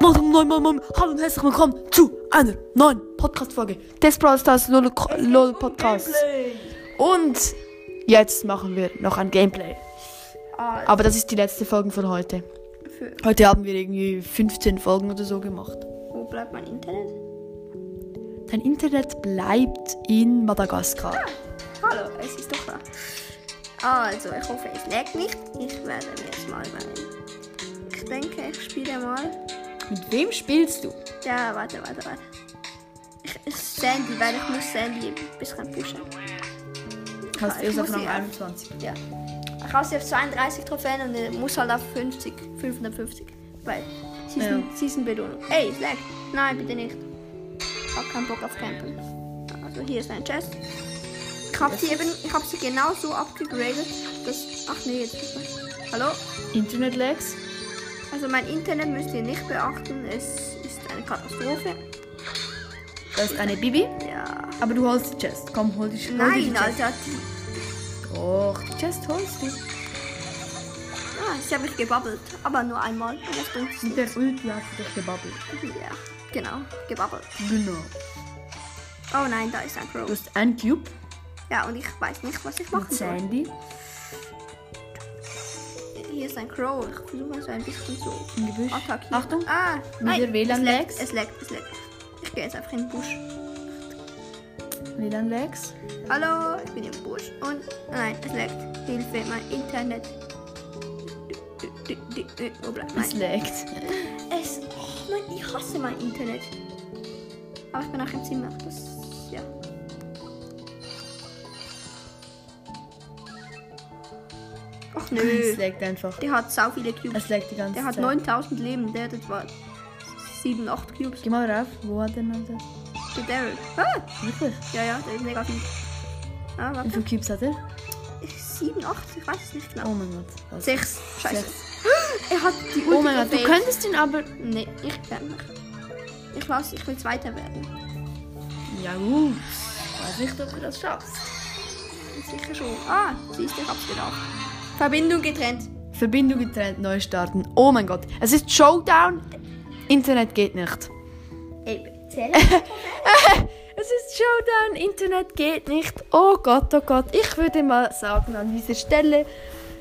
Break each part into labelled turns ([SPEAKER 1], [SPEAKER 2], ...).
[SPEAKER 1] Moin, moin, moin, moin. um Hallo und herzlich willkommen zu einer neuen Podcast-Folge des Brawl Stars LOL, LOL Podcast. Und jetzt machen wir noch ein Gameplay.
[SPEAKER 2] Ah,
[SPEAKER 1] Aber das ist die letzte Folge von heute.
[SPEAKER 2] für,
[SPEAKER 1] Heute haben wir irgendwie 15 Folgen oder so gemacht.
[SPEAKER 2] wo bleibt mein Internet?
[SPEAKER 1] Dein Internet bleibt in Madagaskar.
[SPEAKER 2] Hallo, es ist doch da. Also, ich hoffe, es lag nicht. Ich werde mir jetzt mal meinen. Ich denke, ich spiele mal.
[SPEAKER 1] Mit wem spielst du?
[SPEAKER 2] Ja, warte, warte, warte. Ich, ich Sandy, weil ich muss Sandy ein bisschen pushen.
[SPEAKER 1] Hast du
[SPEAKER 2] Ich
[SPEAKER 1] es auf
[SPEAKER 2] muss
[SPEAKER 1] Rang
[SPEAKER 2] sie auf.
[SPEAKER 1] 21?
[SPEAKER 2] Ja. Ich habe sie auf 32 Trophäen und ich muss halt auf 50, 550. Weil Season,
[SPEAKER 1] Ja.
[SPEAKER 2] Season Belohnung. Ey, es lag. Nein, bitte nicht. Ich habe keinen Bock auf Campen. Also hier ist ein Chest. Ich habe sie eben, ich habe sie genau so abgegradet, dass. Ach nee, jetzt ist er- Hallo?
[SPEAKER 1] Internet-Lags?
[SPEAKER 2] Also mein Internet müsst ihr nicht beachten. Es ist eine Katastrophe.
[SPEAKER 1] Da ist eine Bibi.
[SPEAKER 2] Ja.
[SPEAKER 1] Aber du holst die Chest. Komm, hol die, hol dir die
[SPEAKER 2] Nein,
[SPEAKER 1] Chest.
[SPEAKER 2] Alter. Die,
[SPEAKER 1] Doch, die Chest holst du.
[SPEAKER 2] ah, ich habe mich gebabbelt. Aber nur einmal. Und das bringt's
[SPEAKER 1] Mit
[SPEAKER 2] nicht.
[SPEAKER 1] der Ulti hast du dich gebabbelt.
[SPEAKER 2] Ja, genau. Gebabbelt.
[SPEAKER 1] Genau.
[SPEAKER 2] Oh nein, da ist ein Pro.
[SPEAKER 1] Du hast einen Cube
[SPEAKER 2] Ja, und ich weiß nicht, was ich
[SPEAKER 1] mit
[SPEAKER 2] machen soll.
[SPEAKER 1] Sandy.
[SPEAKER 2] Hier ist ein Crow. Ich versuche mal so ein bisschen zu
[SPEAKER 1] Im Gebüsch.
[SPEAKER 2] attackieren.
[SPEAKER 1] Achtung.
[SPEAKER 2] Ah, nein.
[SPEAKER 1] Wieder WLAN
[SPEAKER 2] es leckt,
[SPEAKER 1] lags.
[SPEAKER 2] es leckt, es leckt. Ich gehe jetzt einfach in den Busch.
[SPEAKER 1] WLAN Lags.
[SPEAKER 2] Hallo, ich bin im Busch und... Nein, es leckt. Hilfe, mein Internet. Du, du, du, du, du, Wo bleibt mein...
[SPEAKER 1] Es laggt.
[SPEAKER 2] Es... Oh, mein, ich hasse mein Internet. Aber ich bin auch im Zimmer. Das... Ja. Ach
[SPEAKER 1] Äh.
[SPEAKER 2] nö.
[SPEAKER 1] Es laggt einfach.
[SPEAKER 2] Der hat sau viele Cubes.
[SPEAKER 1] Es laggt die ganze
[SPEAKER 2] Der hat
[SPEAKER 1] Zeit.
[SPEAKER 2] 9000 Leben, der hat etwa 7, 8 Cubes.
[SPEAKER 1] Geh mal rauf. Wo hat denn er das?
[SPEAKER 2] Der Daryl. Ah,
[SPEAKER 1] Wirklich?
[SPEAKER 2] ja, ja, der ist mega viel. Ah,
[SPEAKER 1] Wie
[SPEAKER 2] warte.
[SPEAKER 1] viele Cubes hat er?
[SPEAKER 2] 7, 8, ich weiß es nicht
[SPEAKER 1] Also- Oh
[SPEAKER 2] genau.
[SPEAKER 1] mein Gott. Das-
[SPEAKER 2] 6, scheiße.
[SPEAKER 1] Sechs.
[SPEAKER 2] Er hat die Ulti
[SPEAKER 1] Oh mein Gott, du
[SPEAKER 2] gefehlt.
[SPEAKER 1] könntest ihn aber.
[SPEAKER 2] Nee, ich kann nicht. Ich weiß, ich will Zweiter werden.
[SPEAKER 1] Ja gut. Weiß nicht, ob du das schaffst.
[SPEAKER 2] Sicher schon. Ah, siehst du, ich hab's gedacht. Verbindung getrennt.
[SPEAKER 1] Verbindung getrennt, neu starten. Oh mein Gott. Es ist Showdown. Internet geht nicht.
[SPEAKER 2] Ey, zähl.
[SPEAKER 1] Es ist Showdown, Internet geht nicht. Oh Gott, oh Gott. Ich würde mal sagen, an dieser Stelle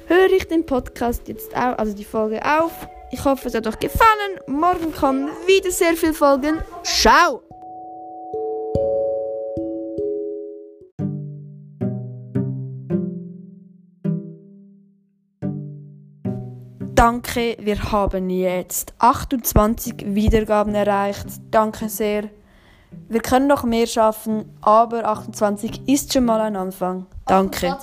[SPEAKER 1] höre ich den Podcast jetzt auf, also die Folge auf. Ich hoffe, es hat euch gefallen. Morgen kommen wieder sehr viele Folgen. Ciao! Danke, wir haben jetzt 28 Wiedergaben erreicht. Danke sehr. Wir können noch mehr schaffen, aber 28 ist schon mal ein Anfang. Danke.